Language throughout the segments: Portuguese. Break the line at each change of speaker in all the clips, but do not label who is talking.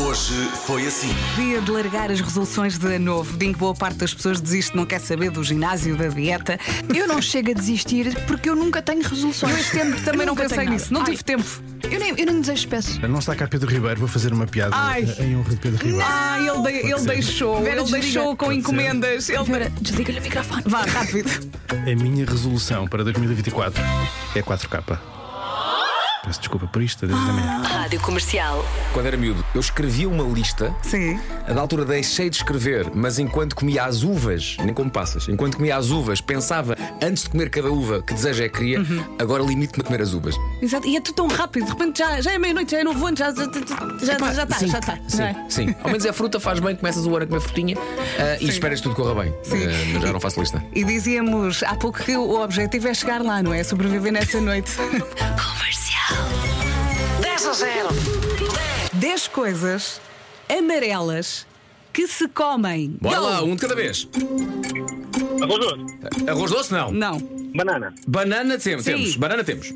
Hoje foi assim.
Dia de largar as resoluções de ano novo. Digo, boa parte das pessoas desiste, não quer saber do ginásio, da dieta.
Eu não chego a desistir porque eu nunca tenho resoluções.
Eu este ano também não
Nunca
pensei
tenho nada.
nisso, não tive
Ai,
tempo.
Eu nem, eu nem desejo peço.
Não está cá Pedro Ribeiro, vou fazer uma piada
Ai.
em honra de Pedro Ribeiro.
Ah, ele, de- ele
ser.
deixou,
Vera,
ele
desliga.
deixou com encomendas. Ele...
Vera, desliga-lhe o microfone.
Vá, rápido.
A minha resolução para 2024 é 4K. Peço desculpa por isto, desde a manhã.
Rádio Comercial.
Quando era miúdo, eu escrevia uma lista.
Sim.
A da altura deixei de escrever, mas enquanto comia as uvas, nem como passas, enquanto comia as uvas, pensava, antes de comer cada uva que deseja é que queria, agora limite-me a comer as uvas.
Exato. E é tudo tão rápido, de repente já, já é meia-noite, já é novo ano, já está, já, já, já, tá, já está.
Sim, sim. Ao menos é fruta, faz bem, começas o ano a comer frutinha ah, e esperas que tudo corra bem.
Sim.
Ah, mas já não faço lista.
E dizíamos há pouco que o objetivo é chegar lá, não é? Sobreviver nessa noite.
Comercial.
10 a 0.
10 coisas amarelas que se comem.
Bora
Go!
lá, um de cada vez. Eh,
Arroz doce.
Arroz doce, não.
Não.
Banana.
Banana temos,
Sim.
temos. Banana temos.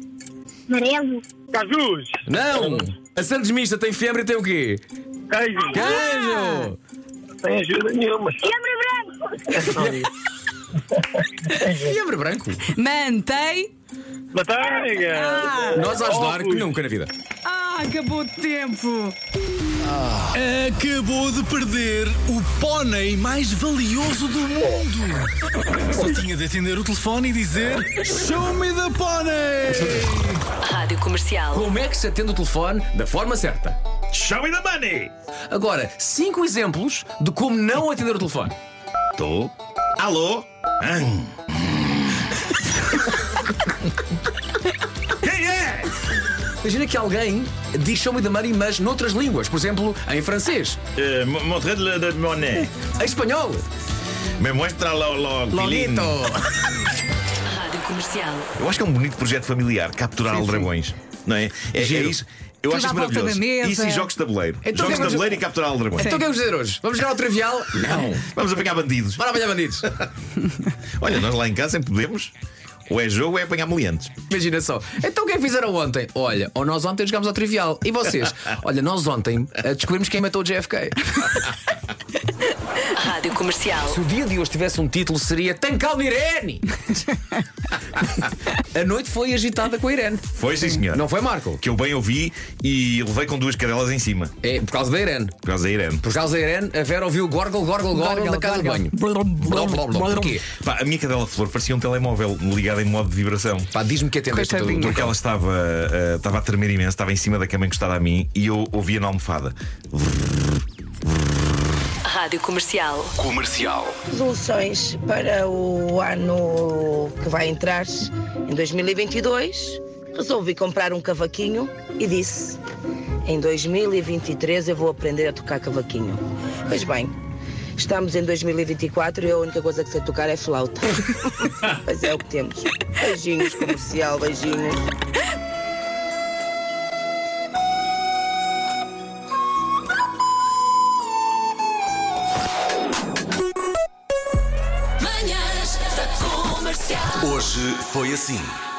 Amarelo.
Cajus.
Não! A Santos Mista tem fiambre e tem o quê?
Queijo.
Queijo!
Ah. Sem ajuda nenhuma. É
Lembra branco.
Fiambre branco.
Mantém.
Batanga.
Nós a ajudar que nunca na vida.
Ah, acabou o tempo.
Acabou de perder o pônei mais valioso do mundo. Só tinha de atender o telefone e dizer: Show me the pônei!
Rádio Comercial.
Como é que se atende o telefone da forma certa?
Show me the money!
Agora, cinco exemplos de como não atender o telefone.
Tô. Alô? Ahn. Quem é?
Imagina que alguém diz show me the money, mas noutras línguas. Por exemplo, em francês,
Eh, mo- Montrez de, de monnaie.
em espanhol.
Me mostra lo, lo,
Lolito.
pilín.
Rádio Comercial.
Eu acho que é um bonito projeto familiar, capturar dragões. Não é? É, é
Giro.
isso. Eu
Tudo
acho
à
isso
volta da
maravilhoso.
mesa.
Isso e jogos de tabuleiro.
Então
jogos de
temos-
tabuleiro e capturar dragões.
Então o que é que vamos fazer hoje? Vamos jogar ao trivial? Não.
Vamos apanhar bandidos.
Bora apanhar bandidos.
Olha, nós lá em casa sempre podemos. Ou é jogo ou é apanhar meliantes.
Imagina só. Então o que é que fizeram ontem? Olha, ou nós ontem jogámos ao trivial. E vocês? Olha, nós ontem eh, descobrimos quem matou o JFK.
Rádio Comercial.
Se o dia de hoje tivesse um título, seria Tem calma, Irene! a noite foi agitada com a Irene.
Foi, sim, senhor.
Não foi, Marco?
Que eu bem ouvi e levei com duas cadelas em cima.
É por causa da Irene.
Por causa da Irene.
Por causa da Irene, a Vera ouviu o gorgle, gorgle, gorgle
Gorgle,
da casa de banho. Blá, blá, blá. Porquê?
Pá, a minha cadela de flor parecia um telemóvel ligado em modo de vibração.
Pá, diz-me que atendeste tudo.
Coitadinha.
Porque ela estava, eh, estava a tremer imenso, estava em cima da cama encostada a mim e eu ouvia na almofada.
Rádio Comercial.
resoluções para o ano que vai entrar, em 2022, resolvi comprar um cavaquinho e disse: em 2023 eu vou aprender a tocar cavaquinho. Pois bem, estamos em 2024 e a única coisa que sei tocar é flauta. Mas é o que temos. Beijinhos, comercial, beijinhos.
Manhãs da Comercial.
Hoje foi assim.